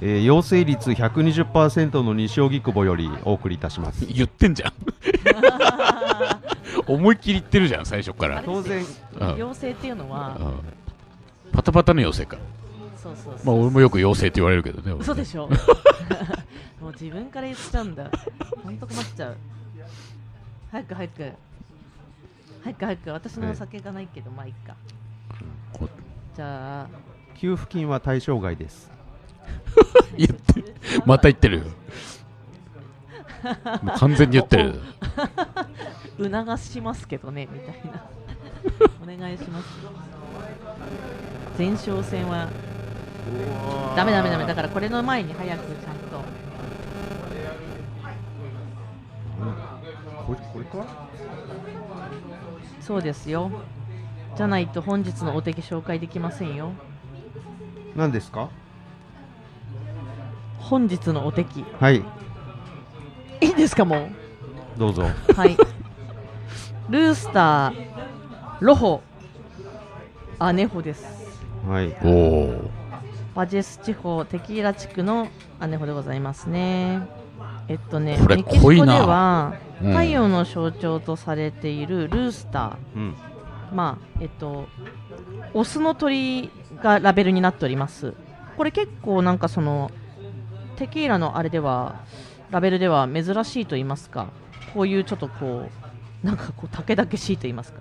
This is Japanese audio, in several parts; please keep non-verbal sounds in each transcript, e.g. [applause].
えー陽性率120%の西荻窪よりお送りいたします言ってんじゃん [laughs] 思いっきり言ってるじゃん最初からあれ当然うん妖精っていうのは、うんパタパタの妖精かそうそうまそあう、俺もよく妖精って言われるけどね俺ね嘘でしょ [laughs] もう自分から言っちゃうんだほんと困っちゃう早く早く早く早く私のお酒がないけどまあいいかこじゃあ給付金は対象外です言ってるまた言ってるよもう完全に言ってる促しますけどねみたい [laughs] なお願いします前哨戦はダメダメダメだからこれの前に早くちゃんとこれこれかそうですよじゃないと本日のお手紹介できませんよ何ですか本日のお手きはいいいんですかもどうぞうはいルースターロホアネホですはいおおバジェス地方テキーラ地区のアネホでございますねえっとねこれメキシコ濃でいなはうん太陽の象徴とされているルースタうんー、まあえっと、オスの鳥がラベルになっております。これ結構なんかそのテキーラのあれではラベルでは珍しいと言いますかこういうちょっとこうなんかこう竹々しいと言いますか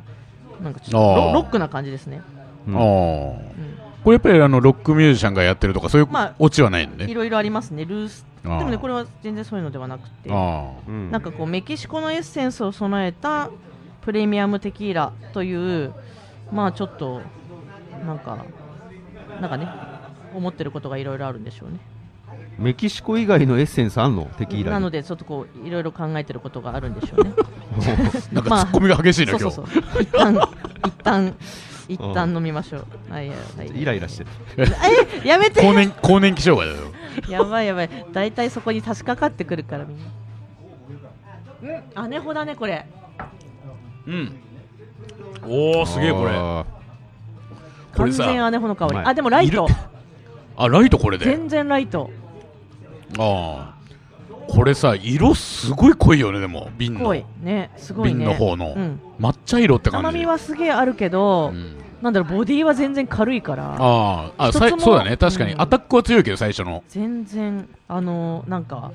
なんかちょっとあーロロックな感じですね、うんああうんこれやっぱりあのロックミュージシャンがやってるとかそういうまあオチはないのいね、ろいろありますねルースであーもねこれは全然そういうのではなくてああうんなんかこうメキシコのエッセンスを備えたプレミアムテキーラというまあちょっとなんかなんかね思ってることがいろいろあるんでしょうねメキシコ以外のエッセンスあんのテキーラになのでちょっとこういろいろ考えてることがあるんでしょ [laughs] うねなんまかあツッコミが激しいな、そ今うそう日そう一旦一旦一旦飲みましょう、はいはいはいイライラしてるえやめて更年更年期障害だよやばいやばい大体そこに差し掛かってくるからみんな姉ほだねこれうんおおすげえこれあこ完れさ全姉ほの香りうまいあでもライトいるあライトこれで全然ライトああこれさ色すごい濃いよねでも瓶の濃いねすごいね瓶の方のうん抹茶色って感じ甘みはすげえあるけど、うんなんだろうボディは全然軽いからあああ一つさいもそうだね確かに、うんアタックは強いけど最初の全然あのなんか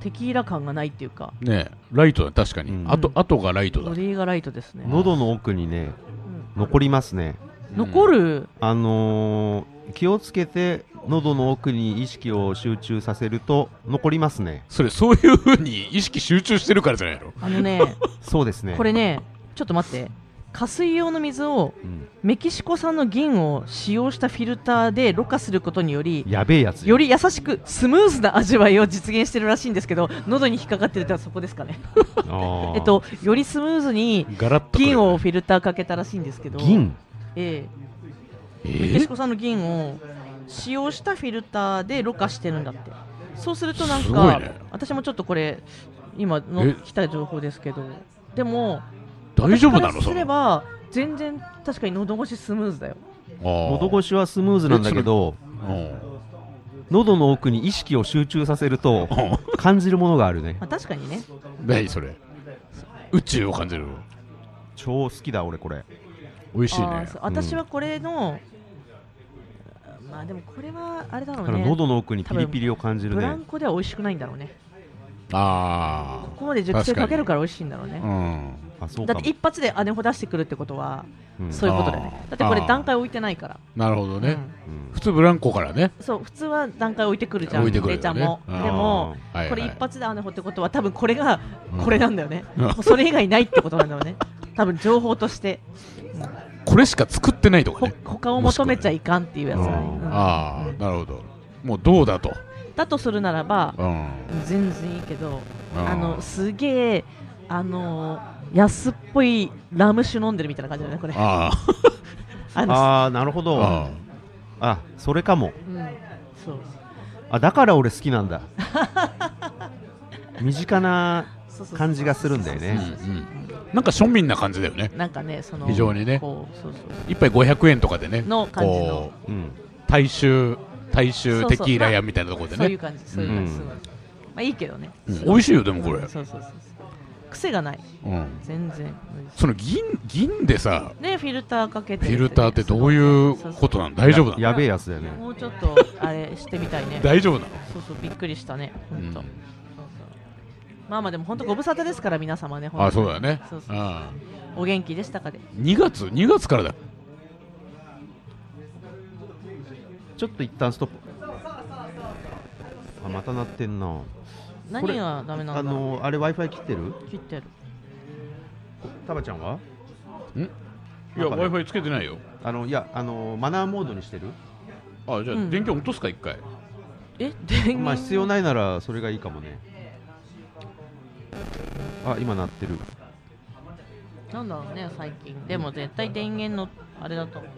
テキーラ感がないっていうかねライトだ確かに、うんあとあとがライトだボディがライトですねー、喉の奥にねうん残りますね残る、あのー気をつけて喉の奥に意識を集中させると残りますねそれそういうふうに意識集中してるからじゃないのあの [laughs] ねそうですねこれねちょっと待って加水用の水をうんメキシコ産の銀を使用したフィルターでろ過することによりやべえやつより優しくスムーズな味わいを実現してるらしいんですけど喉に引っかかってるってのはそこですかねあーえっとよりスムーズにガラッとくる銀をフィルターかけたらしいんですけど銀えええメキシーコ産の銀を使用したフィルターでろ過してるんだってそうするとなんすごいか、ね私もちょっとこれ今のえ来た情報ですけどでも大丈夫なの私からそすれのば全然確かに喉越しスムーズだよ喉喉越しはスムーズなんだけど喉の奥に意識を集中させると感じるものがあるねまあ、確かにね [laughs] 何それ宇宙を感じる超好きだ俺これ美味しいあねーそう私はこれの、まあでもこれはあれだろだうからね喉の奥にピリピリを感じるブラねンコでは美味しくないんだろうねあここまで熟成確かにかけるから美味しいんだろうねあうんあそうだかっもて一発で姉ほ出してくるってことはうんそういうことだよねあーだってこれ段階置いてないからなるほどね、うんうん普通ブランコからねそう普通は段階置いてくるじゃん置いてくるよね姉ちゃんもうでんもはいはいこれ一発で姉ほってことは多分これがうんこれなんだよね、うんもうそれ以外ないってことなんだよね多分情報 [laughs] としてこれしか作ってないとかほね他を求めちゃいかんっていうやつだ,、ねもしくはねうんああなるほどもうどうだとだとするならばうん全然いいけどうんあのすげえあの安っぽいラム酒飲んでるみたいな感じだよねこれああーのああなるほどああそれかもうんそうあだから俺好き [laughs] なんだ身近なそうそうそう感じがするんだよー、ねうんうん、なんか庶民な感じだよねなんかねその非常にねこうそうそう一杯500円とかでねの感じのこううん大衆大衆そうそテうキーラ屋みたいなところでそういねう感じそういう感じ、うんすごいまあいいけどね、うん美味しいよでもこれうんそうそうそう癖がないうん全然美味しその銀銀でさいねフィルターかけてフィルターってどういうことなの大丈夫なのやべえやつだよねもうちょっとあれしてみたいね大丈夫なそうそうびっくりしたねの、う本当、んまあまあでも本当ご無沙汰ですから皆様ねあ本当そうにだよねそうそうあお元気でしたかで2月2月からだちょっと一旦ストップあまた鳴ってんな何がダメなあんだのあれ w i f i 切ってる切ってるタバちゃんはんいや w i f i つけてないよあのいやあのマナーモードにしてるあじゃあうん電気落とすか一回え電まあ必要なないならそれがいいかもねあ今鳴ってるなんだろうね最近でも絶対電源のあれ [laughs] だと思う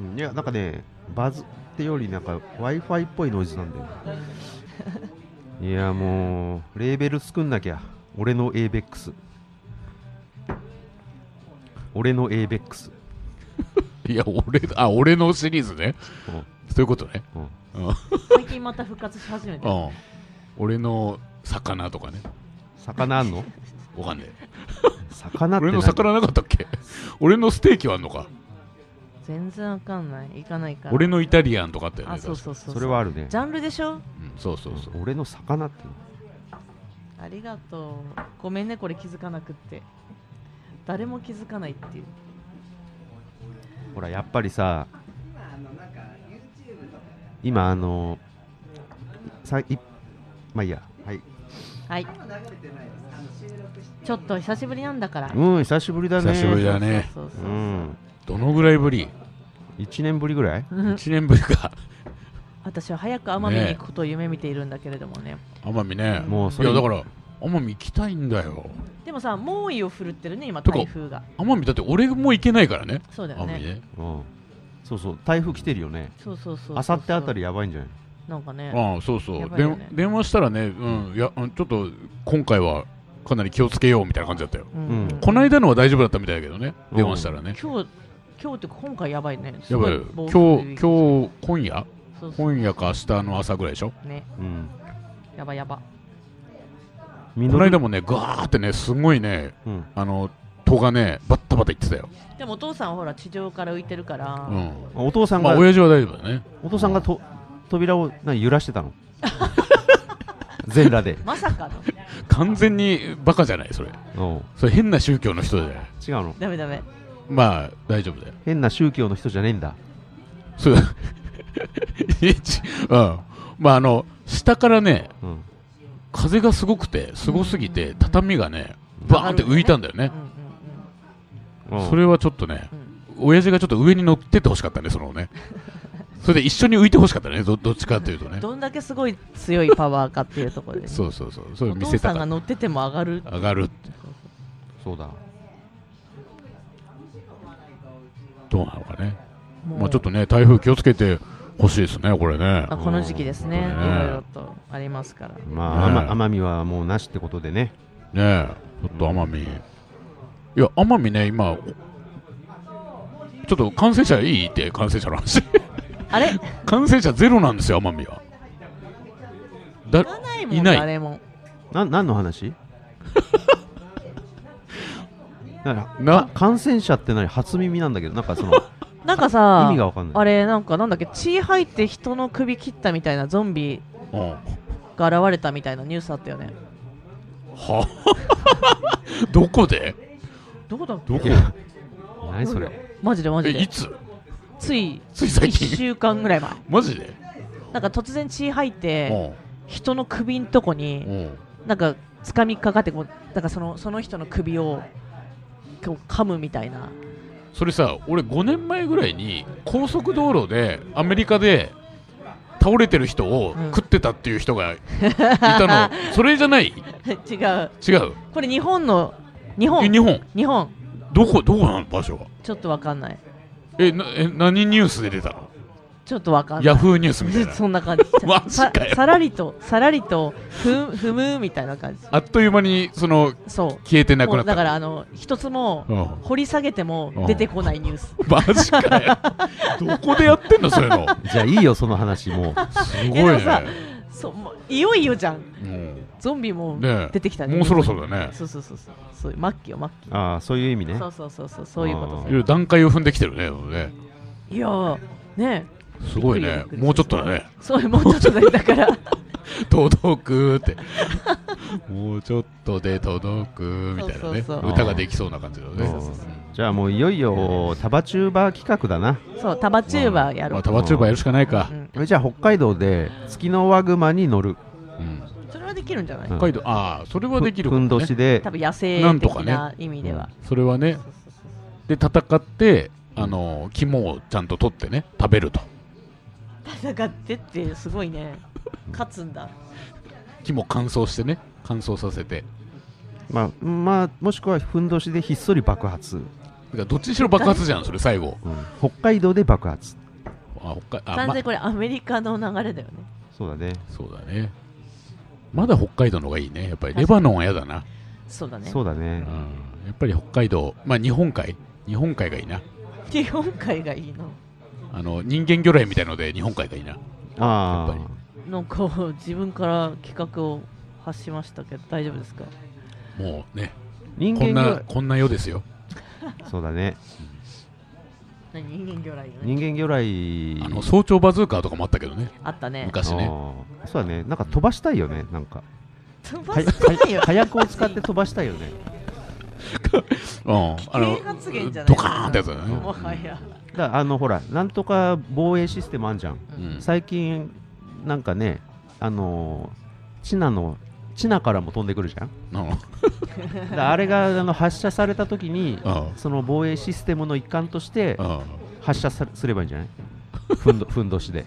うんいやなんかねバズってよりなんか w i f i っぽいノイズ [laughs] なんだよねいやもうレーベル作んなきゃ俺の ABEX 俺の ABEX いや俺あ俺のシリーズねうんそういうことねうんうん最近また復活し始めてうん俺の魚とかね魚あ [laughs] んのわかんない魚って俺の何魚なかったっけ俺のステーキはあんのか全然わかんない行かないから俺のイタリアンとかあったよねあそう確かそうそうそれはあるねジャンルでしょうんそうそうそう俺の魚って何ありがとうごめんねこれ気づかなくって誰も気づかないっていうほらやっぱりさ今あのさいまあいいやはいはいちょっと久しぶりなんだからうん久しぶりだね久しぶりだねそうそううそう、んどのぐらいぶり1年ぶりぐらいうん1年ぶりか [laughs] 私は早く奄美に行くことを夢見ているんだけれどもね奄美ねもういそれやだから奄美行きたいんだよでもさ猛威を振るってるね今とか台風が奄美だって俺も行けないからねそうだよ奄ね美ねうんそうそう台風来てるよねそうそうそうあさってあたりりやばいんじゃないなんかねああそうそやうばいよね電電話したらねうんいやうんちょっと今回はかなり気をつけようみたいな感じだったようんうんこの間のは大丈夫だったみたいだけどねうん電話したらね今日今日っていうか今回やばいねすやっごぱいり暴今風日域今日今夜そうそう今夜か明日の朝ぐらいでしょねうんやばやばみこの間もねガーってねすごいねうんあの戸がねバッタバタいってたよでもお父さんはほら地上から浮いてるから、うんあお父さんまあが親父は大丈夫だねお父さんがと扉を何揺らしてた [laughs] の全裸でまさかの完全にバカじゃないそれうんそれ変な宗教の人で違うのダメダメまあ大丈夫だよ変な宗教の人じゃねえんだそう [laughs] いちうんまああの下からねうん風がすごくてすごすぎて畳がねバーンって浮いたんだようんねうんうんそれはちょっとねうんうん親父がちょっと上に乗ってってほしかったねその [laughs] ねそれで一緒に浮いてほしかったねどどっちかというとねどんだけすごい強いパワーかっていうところで、ね、そうそうそうそれお見父せさたんかがっ乗ってても上がるた上がるそうだどうなのかねもうまあちょっとね台風気をつけてほしいですねこれねまあこの時期ですねいうんろいろとありますからまあ、ね奄奄美はもうなしってことでね。ねえちょっと奄美いや奄美ね今ちょっと感染者いいって感染者の話 [laughs] あれ感染者ゼロなんですよ奄美はだ行かないもんいない誰もな何の話だからな感染者って何初耳なんだけど、なんかその意なんかさ味がわかんない。あれなんかなんだっけ血吐いて人の首切ったみたいなゾンビうんはが現れたみたいなニュースあったよねあ [laughs] どこでどこだっけどこ何それ。マジでマえジいでつついつい最1近週間ぐらい前マジでなんか突然血吐いうてん人の首んとこうにんなんか掴みかかってこうなんかそのその人の首をこう噛むみたいな [laughs] それさ俺5年前ぐらいに高速道路でアメリカで倒れてる人を食ってたっていう人がい [laughs] たの、それじゃない違う違うこれ日本の日え本日本日本どこどこなの場所はちょっとわかんないえなえ何ニュースで出たのちょっとわかんないヤフーニュースみたいな [laughs] そんな感じ [laughs] マジかよささらりとさらりとふむふむみたいな感じあっという間にそのそう消えてなくもなうっだたからあの一つもうん掘り下げても出てこないニュースマジか [laughs] よどこでやってんのそういうのじゃあいいよその話もうすごえいでねもさそうもういよいよじゃんゾンビもねえ出てきたうんもうそろそろだねそうそうそうそうそう末期よ末ああそういう意味ね期そうそうそうそうそういうこといろいろ段階を踏んできてるねでもねいやーねすごいねもうちょっとだねえそうもうちょっとでだから届くって [laughs] もうちょっとで届くみたいなねそうそうそう歌ができそうな感じだよねそうそうじゃあもういよいよタバチューバー企画だなそうタバチューバーやまろあうタバチューバーやるしかないかう、んえじゃあ北海道で月のワグマに乗るうんそれはできるんじゃないうん北海道ああそれはできるふかもんねどしで多分野生なんと的かねな意味ではそれはねそうそうそうで戦ってあの肝をちゃんと取ってね食べると戦ってってすごいね勝つんだ肝乾燥してね乾燥させてまあ、まあ、もしくはふんどしでひっそり爆発、だからどっちにしろ爆発じゃんそれ最後うん北海道で爆発あ北海あ、完ま全にこれアメリカの流れだよねそうだねそうだねまだ北海道の方がいいねやっぱりレバノンは嫌だな、そうだねそうだねうん、やっぱり北海道まあ日本海日本海がいいな日本海がいいのあの人間魚雷みたいので日本海がいいなあやっぱあなんか自分から企画を発しましたけど大丈夫ですかもうね人こん間な魚こんな世ですよ雷そうだね何人間魚雷がね人間魚雷あの早朝バズーカーとかもあったけどねあったね昔ねあーそうだねなんか飛ばしたいよねなんか飛 [laughs] ばはしてないよは火薬を使って飛ばしたいよねうんあの危険発言じゃないドカーンってやつだねもはやだあのほらなんとか防衛システムあんじゃんうん最近なんかねあのーチナのチナからも飛んでくるじゃんうんだか [laughs] らあれがあの発射された時にうんその防衛システムの一環としてうん発射さすればいいんじゃないふんど [laughs] ふんどしで、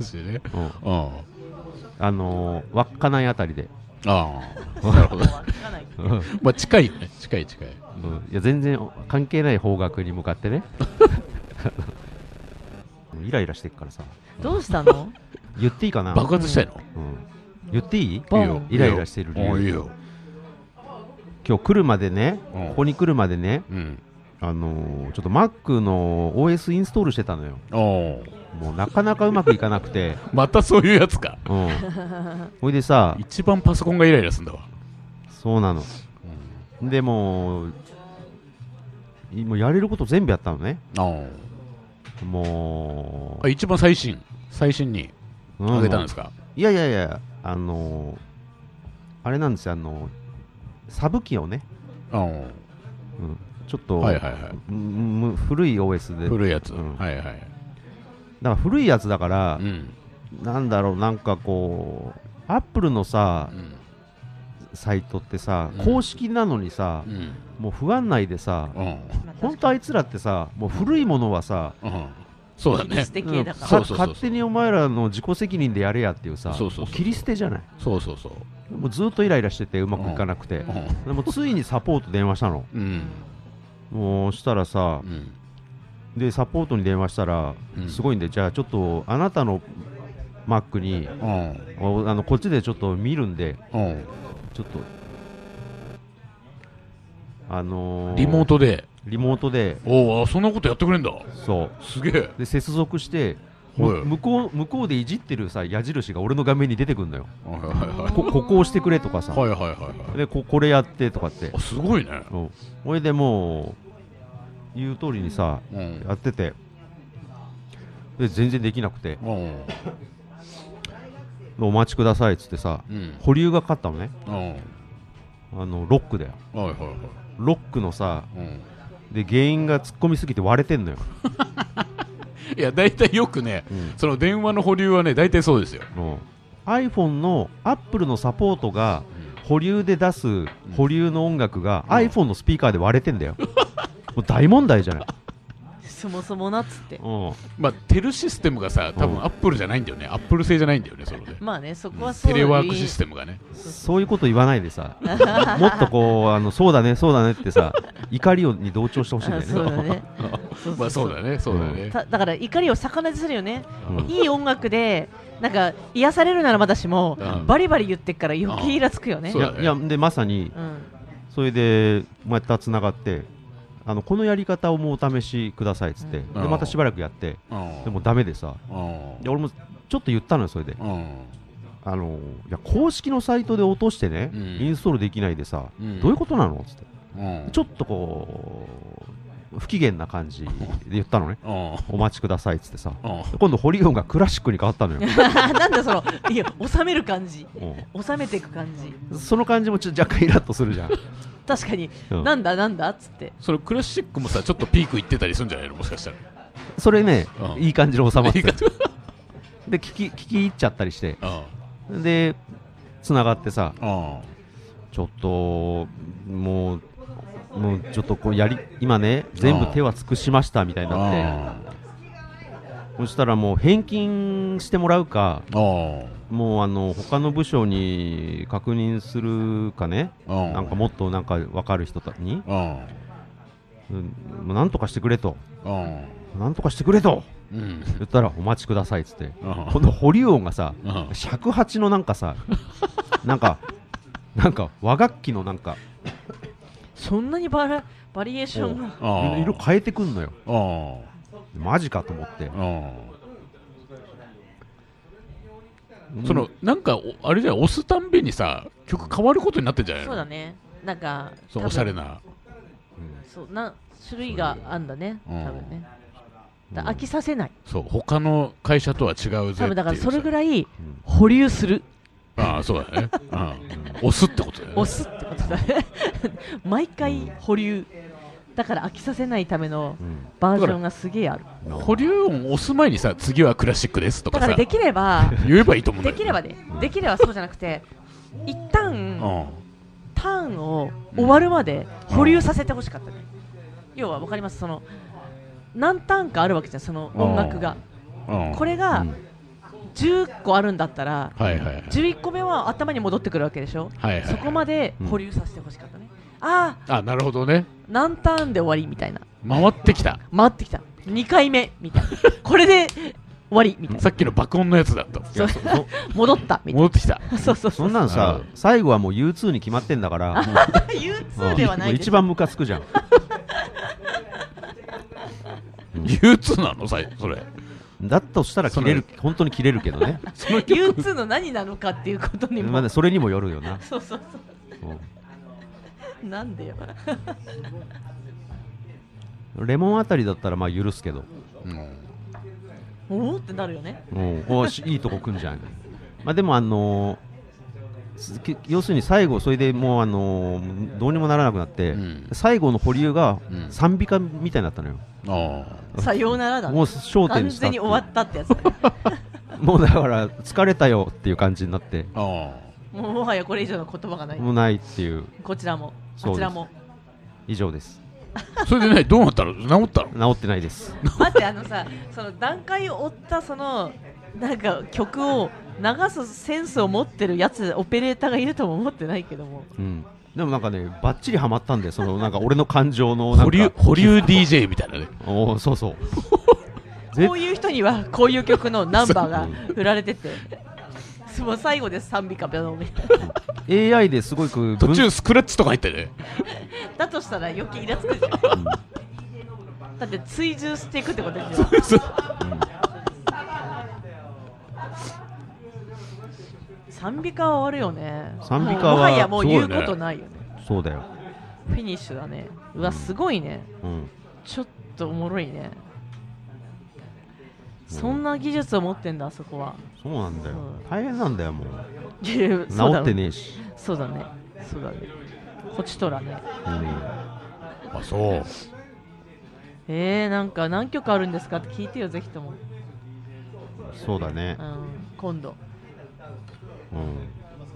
そうねうんうんああのー稚内あたりで、あなるほどわかんないうんうんまあ近いよね近い近いいや全然関係ない方角に向かってね [laughs] イライラしてっからさどうしたの言っていいかな、爆発したいのうん言っていいボンいいよイライラしてる理由うんいいよ今日来るまでねうんここに来るまでねうんあのーちょっと Mac の OS インストールしてたのよおーもうなかなかうまくいかなくてまたそういうやつかうん [laughs] ほいでさ一番パソコンがイライラすんだわそうなのでもいもうやれること全部やったのねあーもあ一番最新最新にう上げたんですすかいやいやいやあのーあれなんですよあのーサブ機をね、うんうんちょっと、はいはいはうんうん古い OS でだいか古いやつうんはいはいら古いやつだからう、んなんだろうなんかこうアップルのさうんサイトってさ、うん公式なのにさう、んもう不安内でさ、うん本当あいつらってさ、もう古いものはさ、うんそうだね素敵だからそうか勝手にお前らの自己責任でやれやっていうさ、そうそうそうも切り捨てじゃない、そうそうそうもうずっとイライラしてて、うまくいかなくて、でもついにサポート電話したの、うんうんもうしたらさう、んでサポートに電話したら、うんすごいんで、じゃあちょっとあなたの Mac に、うんおあのこっちでちょっと見るんで、うんちょっと、あのーリモートでリモートで、おおそんなことやってくれんだそう。すげえで接続してはいむ向こう向こうでいじってるさ矢印が俺の画面に出てくるのよはいはいはいこここをしてくれとかさ、はいはいはいはいでここれやってとかってあすごいねうんほいでもう言う通りにさうんやっててで全然できなくてうん「お待ちください」っつってさうん保留がかかったのねうんあのロックだよはいはいはいロックのさうんで原因が突っ込みすぎて割れてんのよ、いや大体よくねうんその電話の保留はね大体そうですようん、iPhone の Apple のサポートが保留で出す保留の音楽が iPhone のスピーカーで割れてんだよ、もう大問題じゃないそもそもなっつってうんまあ、テルシステムがさ、多うん分アップルじゃないんだよね、アップル製じゃないんだよね、それで。まあねそこはそうテレワークシステムがね。そういうこと言わないで [laughs] さもっとこうあのそうだねそうだねってさ怒りをに同調してほしいんだあよねそうだねそう [laughs] まあ、そうだね、そうだね。ただから怒りを逆なでするよねうんいい音楽でなんか癒されるならまだしもうんバリバリ言ってっから余計イラつくよねそうだねいやいやでまさにうん [laughs] それでまたつながってあのこのやり方をもうお試しくださいっつって、うんでまたしばらくやってうんでもダメでさうんで俺もちょっと言ったのよそれでうんあのいや公式のサイトで落としてね、うんインストールできないでさ、うんどういうことなのっつってうんちょっとこう不機嫌な感じで言ったのねうんお待ちくださいっつってさうん今度ホリオンがクラシックに変わったの [laughs] よなんだそのいや収める感じう収めていく感じんその感じもちょっと若干イラッとするじゃん、確かにうんなんだなんだっつってそれクラシックもさちょっとピークいってたりするんじゃないのもしかしたらそれね、うんいい感じに収まっていい感じで聞き聞き入っちゃったりしてうんでつながってさうんちょっともうもうちょっとこうやり今ね全部手は尽くしましたみたいになって、そしたらもう返金してもらうか、うんもうあの他の部署に確認するかね、うんなんかもっとなんか分かる人たちに、うんうん、もうなんとかしてくれと、うんなんとかしてくれとうん言ったら、お待ちくださいっつって、うんこの保留音がさ、うん尺八のなんかさ、なんか、なんか和楽器のなんか、そんなにバラバリエーションがうん色変えてくんのよ、うんマジかと思って、ううんんそのなんかおあれじゃん押すたんびにさ曲変わることになってんじゃないのそうだねなんかそう多分おしゃれなそうな種類があんだね多うん分ねだ飽きさせないそう他の会社とは違うぜ多分だからそれぐいらいうん保留するああそうだねうん押すってことだよね押すってことだね毎回保留だから飽きさせないためのうんバージョンがすげえある保留音押す前にさ次はクラシックですとだかさからでき [laughs] れば言えばいいと思うんだでよきればねできればそうじゃなくて一旦うターンを終わるまで保留させてほしかったね、要は分かりますその何ターンかあるわけじゃんその音楽が、んうんこれがうん10個あるんだったら、はいはいはい11個目は頭に戻ってくるわけでしょ、はいはいそこまでうん保留させてほしかったね、あああなるほどね何ターンで終わりみたいな回ってきた回ってきた2回目みたいなこれで終わりみたいなさっきの爆音のやつだったいやそそ戻った [laughs] みたい戻ってきたなそうそうそそ [laughs] うんなんさう、最後はもう U2 に決まってんだから、 U2 ではなもいうで一す番ムカつくじゃん。 U2 なのさそれだとしたら切 [laughs] れるそ本当に切れるけどね U2 の何なのかっていうことにまもあそれにもよるよな、そうそうそうなんでようんレモンあたりだったらまあ許すけど、うんおおってなるよねうんおしいいとこ来んじゃん、まあ、でもあのーすき要するに最後それでもうあのーどうにもならなくなって、うん最後の保留がうん賛美歌みたいになったのよ、あさようならだもうね焦完点した全っていにう終わったってやつだね [laughs] もうだから疲れたよっていう感じになってああもうもはやこれ以上の言葉がないもうないっていうこちらもそうですあちらも以上ですあそれでねどうなったの治ったの治ってない [laughs] です待ってあのさその段階を追ったそのなんか曲を流すセンスを持ってるやつオペレーターがいるとも思ってないけどもうん、でもなんかね、ばっちりはまったんで、そ [laughs] のなんか俺の感情のなんか保留保留 DJ みたいなねおーそうそう、ぜこういう人にはこういう曲のナンバーがそ売られててその最後で賛美歌ペロみたい AI ですごく途分中スクラッチとか入ってねなだとしたら余計イラつくじゃんだって追従していくってことでしょ賛美歌は終わるよね賛美歌はもうもはやもう言うそうだこねとないよねそうだよ、フィニッシュだねうわすごいねうん、ちょっとおもろいねそんな技術を持ってんだあそこはそうなんだよそう、大変なんだよ、もう、い治やそうだっろてうねえし、そうだねそうだねこちとらねうん [laughs] あそうえー、なんか何曲あるんですかって聞いてよぜひとも、そうだねう、ん、今度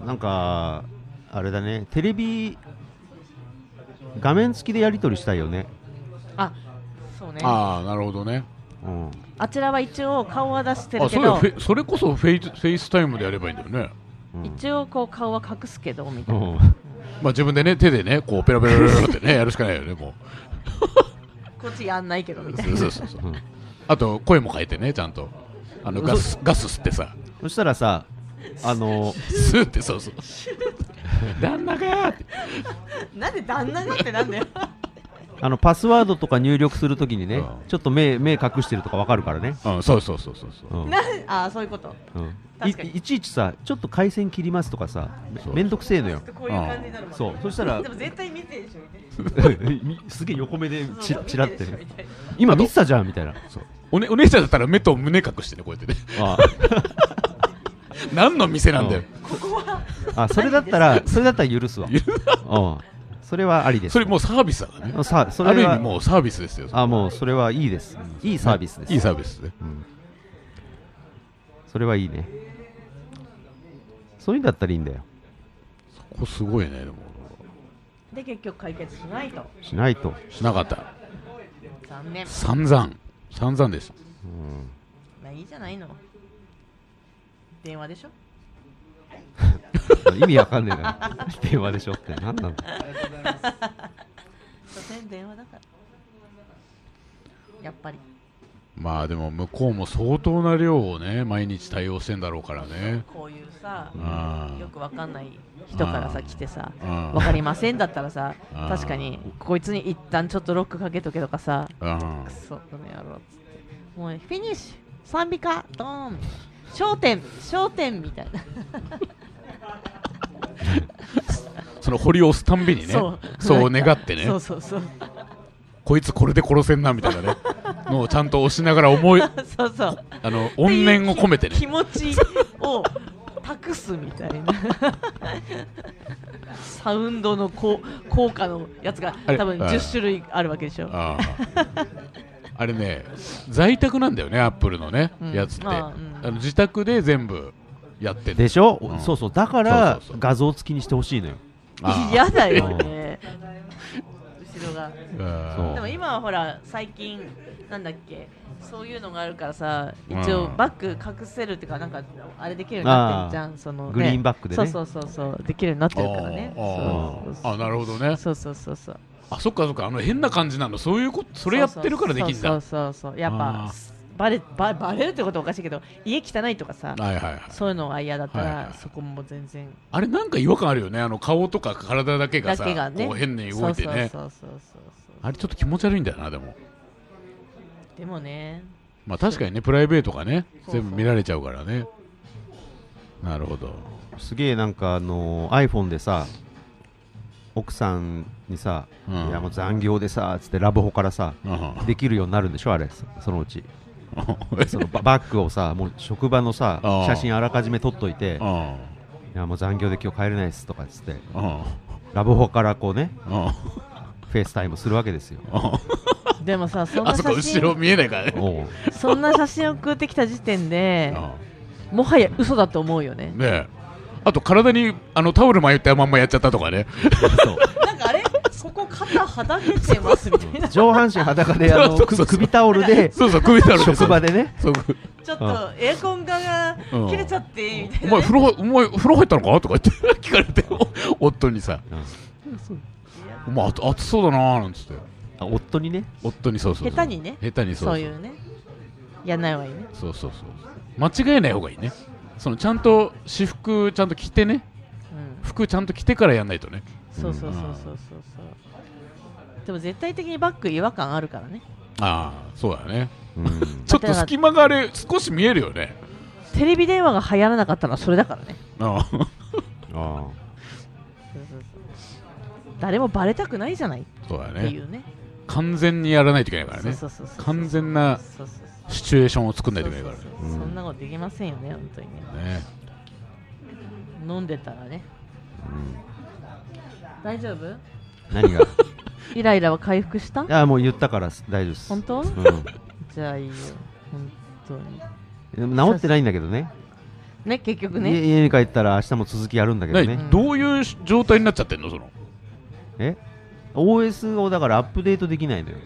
うん、なんか、あれだね、テレビ、画面付きでやり取りしたいよね、あそうねあああなるほどねうん、ちらは一応顔は出してるあけそういえばどフェそれこそフェイスフェイスタイムでやればいいんだよねうん一応こう顔は隠すけどみたういな、んまあ自分でね手でねこうペラペラペラペラって [laughs] ねやるしかないよねもこっちやんないけどみうたいそうなそうそうそううんあと声も変えてねちゃんとあのガスガス吸ってさそしたらさあのスーってそうそう旦那がーってなんで旦那がってなんだよ [laughs] あのパスワードとか入力するときにね、うんちょっと目目隠してるとかわかるからね、うんそうそうそうそうそううんなんあそういうことうんい確かにいちいちさちょっと回線切りますとかさめそうめんどくせえのよこういう感じになるもんねそうそしたらでも絶対見てるでしょみたいな [laughs] みすげえ横目でちそうちらっ見てるでしょみたいな今見てたじゃんみたいなそうお,、ね、お姉ちゃんだったら目と胸隠してねこうやってねあ何の店なんだよ、ここはあそれだった [laughs] らそれだったら許すわ許うんそれはありですそれもうサービスだからねさそあるれ意は味もうサービスですよあもうそれはいいですいいサービスですいいサービスですねうんそれはいいねそういうんだったらいいんだよここすごいねでもで結局解決しないとしないと、しなかった残念散々散々でしたうんまあいいじゃないの電話でしょ意味わかんねえ [laughs] な電話でしょって何なの所詮電話だからやっぱりまあでも向こうも相当な量をね毎日対応してんだろうからねこういうさあよくわかんない人からあさー来てさあわかりませんだったらさあー確かにこいつに一旦ちょっとロックかけとけとかさあくそこの野郎っつってもうフィニッシュ賛美歌ドーン焦点焦点みたいなその堀を押すたんびにねそそうう願ってねそうそうそうこいつこれで殺せんなみた [laughs] いなねのをちゃんと押しながら思いそうそうあの怨念を込めてね気持ちを託すみたいなサウンドのこう効果のやつがあれ多分ああ10種類あるわけでしょああ [laughs] あれね在宅なんだよねアップルのね、うんやつってあああ、うのん自宅で全部やってでてしょ、うんそうそうだからそうそうそう画像付きにしてほしいのよああ嫌だよね後ろがそうでも今はほら最近なんだっけそういうのがあるからさ一応うんバック隠せるっていうかなんかあれできるようになってるじゃんその、ね、グリーンバックでねそうそうそうそうできるようになってるからねあそうあああなるほどねそうそうそうそうあそっかそっかあの変な感じなのそういうことそれやってるからできんだそうそうそうそうやっあぱーバレババレるってことはおかしいけど家汚いとかさはいはいはいそういうのが嫌だったら、はいはいそこも全然あれなんか違和感あるよねあの顔とか体だけがださけがねこう変に動いてねそうそうそうそうそうあれちょっと気持ち悪いんだよなでもでもねまあ確かにねプライベートがねそうそう全部見られちゃうからねなるほどすげえなんかあのー iPhone でさ奥さんにさ、うんいやもう残業でさつってラブホからさうんできるようになるんでしょあれそそのう [laughs] ちそのババッグをさもう職場のさああ写真あらかじめ撮っといてうんいやもう残業で今日帰れないですとかっつってうんラブホからこうねうんフェイスタイムするわけですよでもさそんあなそこ写後真ろ見えないからね。おうそんな写真を送ってきた時点でうもはや嘘だと思うよねんねえあと体にあのタオル巻いてまんまやっちゃったとかね。そうなんかあれここ肩はだけてますみたいな上半身裸であのそうそうそくう首タオルでそうそう、首だろ。職場でねそう。そうちょっとエアコンががうん切れちゃってみたいおな前風呂入、お前風呂入ったのかとか言って聞かれて、お夫にさ、お前暑暑そうだなーなんつって。あ夫にね夫にそうそうそう。下手にね下手にそうそうそ。いううねやんないわいいねそうそうそう。間違えない方がいいね。そのちゃんと私服ちゃんと着てね、うん服ちゃんと着てからやんないとね。そうそうそうそうそうそうでも絶対的にバック違和感あるからねああ、そうだね。うんちょっと隙間があれ、少し見えるよね。テレビ電話が流行らなかったのはそれだからねああ。あそうそうそう誰もバレたくないじゃないっそうだてねい。うね完全にやらないといけないからそうねそうそうそう完全なそうそうそうシチュエーションを作んないといけないかそうそうらそううんそんなことできませんよね本当にねねね飲んでたらねあ、うん、大丈夫何がイライラは回復したああもう言ったからす大丈夫です本当うんじゃあいいよ本当にでも治ってないんだけどねね結局家ね家に帰ったら明日も続きやるんだけどなねにどういう状態になっちゃってんのその [laughs] え OS をだからアップデートできないのよ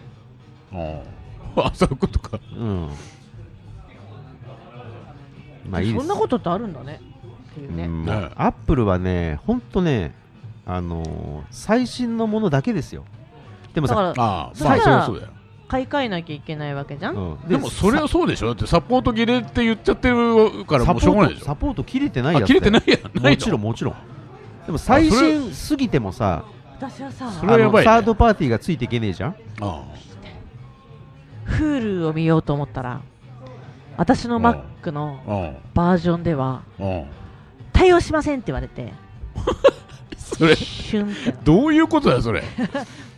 ああそういうことかうんまあいいですそんなことってあるんだねっていうね、うんねアップルはね、本当ね、あのー最新のものだけですよ。でもださ、からああまはあいそりゃそうだよ買い替えなきゃいけないわけじゃん、うんでもそれはさそうでしょだってサポート切れって言っちゃってるからサポもうしょうがないーでトしょサポート切れてないあやつ切だれよてないやんなもいのちろん、もちろん。でも最新すぎてもさ、私はさそれはやばいねあのサードパーティーがついていけねえじゃん。あ Hulu を見ようと思ったら私の Mac のあうんバージョンではうん対応しませんって言われてそれシュンってなどういうことだよそれもう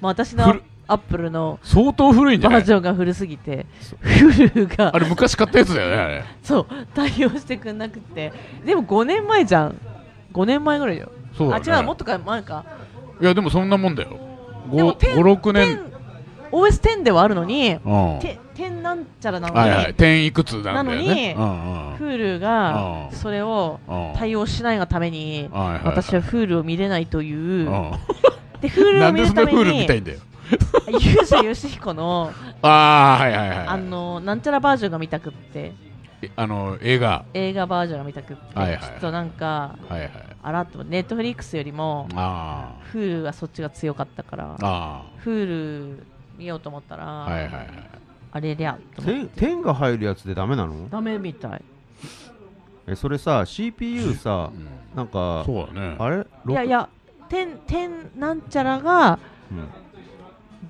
私の古 Apple の相当古いんじゃなバーいジョンが古すぎてそう Hulu があれ昔買ったやつだよねあれそう対応してくんなくてでも5年前じゃん5年前ぐらいよそうだ、ね、あ違うもっとか前かいやでもそんなもんだよでも10 56年 OS10 ではあるのにうんはて10なんちゃらないのに、はい点いくつなんだよねなうん Hulu あがーそれをうんうん対応しないがためにはいはいはい私は Hulu を見れないとういんうで Hulu なをんで見るそんたなめプールにみたいんだよ勇者よしひこのああはいはいはいあのなんちゃらバージョンが見たくってえあの映画映画バージョンが見たくってちょはいはいっとなんかはいはいあらっとネットフリックスよりもあ Hulu はそっちが強かったからああ Hulu 見ようと思ったあら、はいはいはいあれりゃと思って点点が入るやつでダメなのダメみたいえそれさ、CPU さう、んなんか、そうだねあれいやいや点点なんちゃらがうん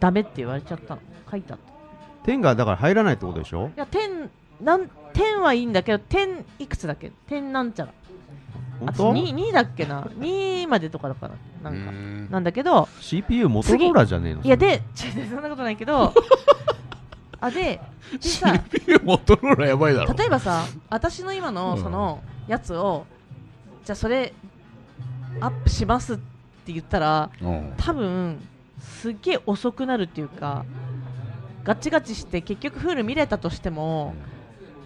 ダメって言われちゃったの書いてあったい点がだから入らないってことでしょや点なん点はいいんだけど点いくつだっけ点なんちゃらあ本と当 2, 2だっけな2までとかだか [laughs] らうなんかんなんだけど ?CPU モトローラじゃねえのいやで違う違うそんなことないけどあででさ CPU モトローラやばいだろ例えばさ私の今のうんそのやつを、じゃあそれアップしますって言ったらうん多分すっげえ遅くなるっていうかガチガチして結局フール見れたとしても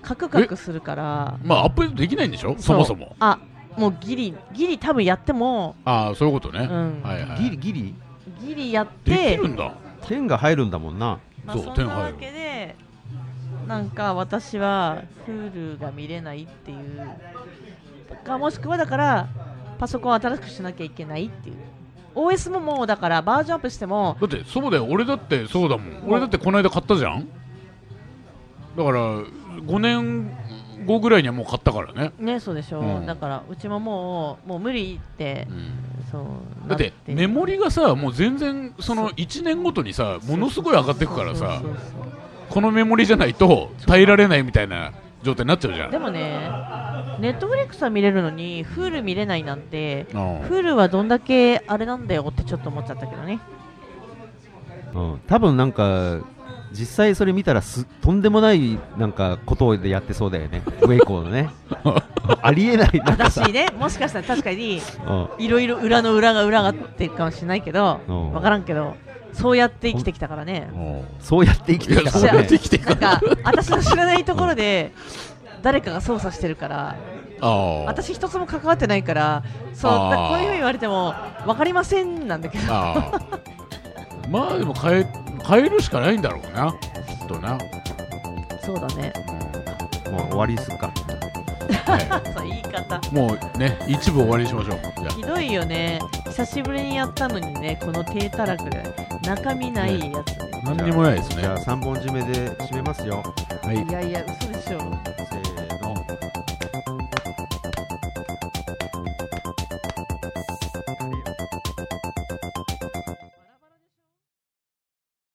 カクカクするからまあアップデートできないんでしょそもそもうあもうギリギリ多分やっても、ああそういうことねうはんいはいギリギリギリやっできてるんだ点が入るんだもんな。まあ、そうそ手んがな入わるけでなんか私は Hulu が見れないっていうかもしくはだからパソコンを新しくしなきゃいけないっていう OS ももうだからバージョンアップしてもだってそうだよ俺だってそうだもん俺だってこの間買ったじゃんだから5年後ぐらいにはもう買ったからね、ねそうでしょ、うんだからうちももうもう無理ってそうだってメモリリがさもう全然そのそう1年ごとにさものすごい上がっていくからさそうこのメモリじゃないと耐えられないみたいな状態になっちゃうじゃんでもねネットフリックスは見れるのに Hulu 見れないなんてうん Hulu はどんだけあれなんだよってちょっと思っちゃったけどねうん、多分なんか実際それ見たらすとんでもないなんかことでやってそうだよねウェイコーの [laughs] ねありえないなんか私さ、ねもしかしたら確かにうん、いろいろ裏の裏が裏がってるかもしれないけどうん分からんけどそうやって生きてきたからねうんそうやって生きてきたそかうらやっねて生きてきたなんか私の知らないところで誰かが操作してるからああ [laughs] 私一つも関わってないからそうあーだこういうふうに言われても分かりませんなんだけどああまあでも変え変えるしかないんだろうなきっとな、うんそうだねもう終わりにするかはそう言い方い、もうね一部終わりにしましょうじゃあひどいよね久しぶりにやったのにねこの低たらくで中身ないやつね何にもないですじねゃあ3本締めで締めますよはいいやいや嘘でしょ3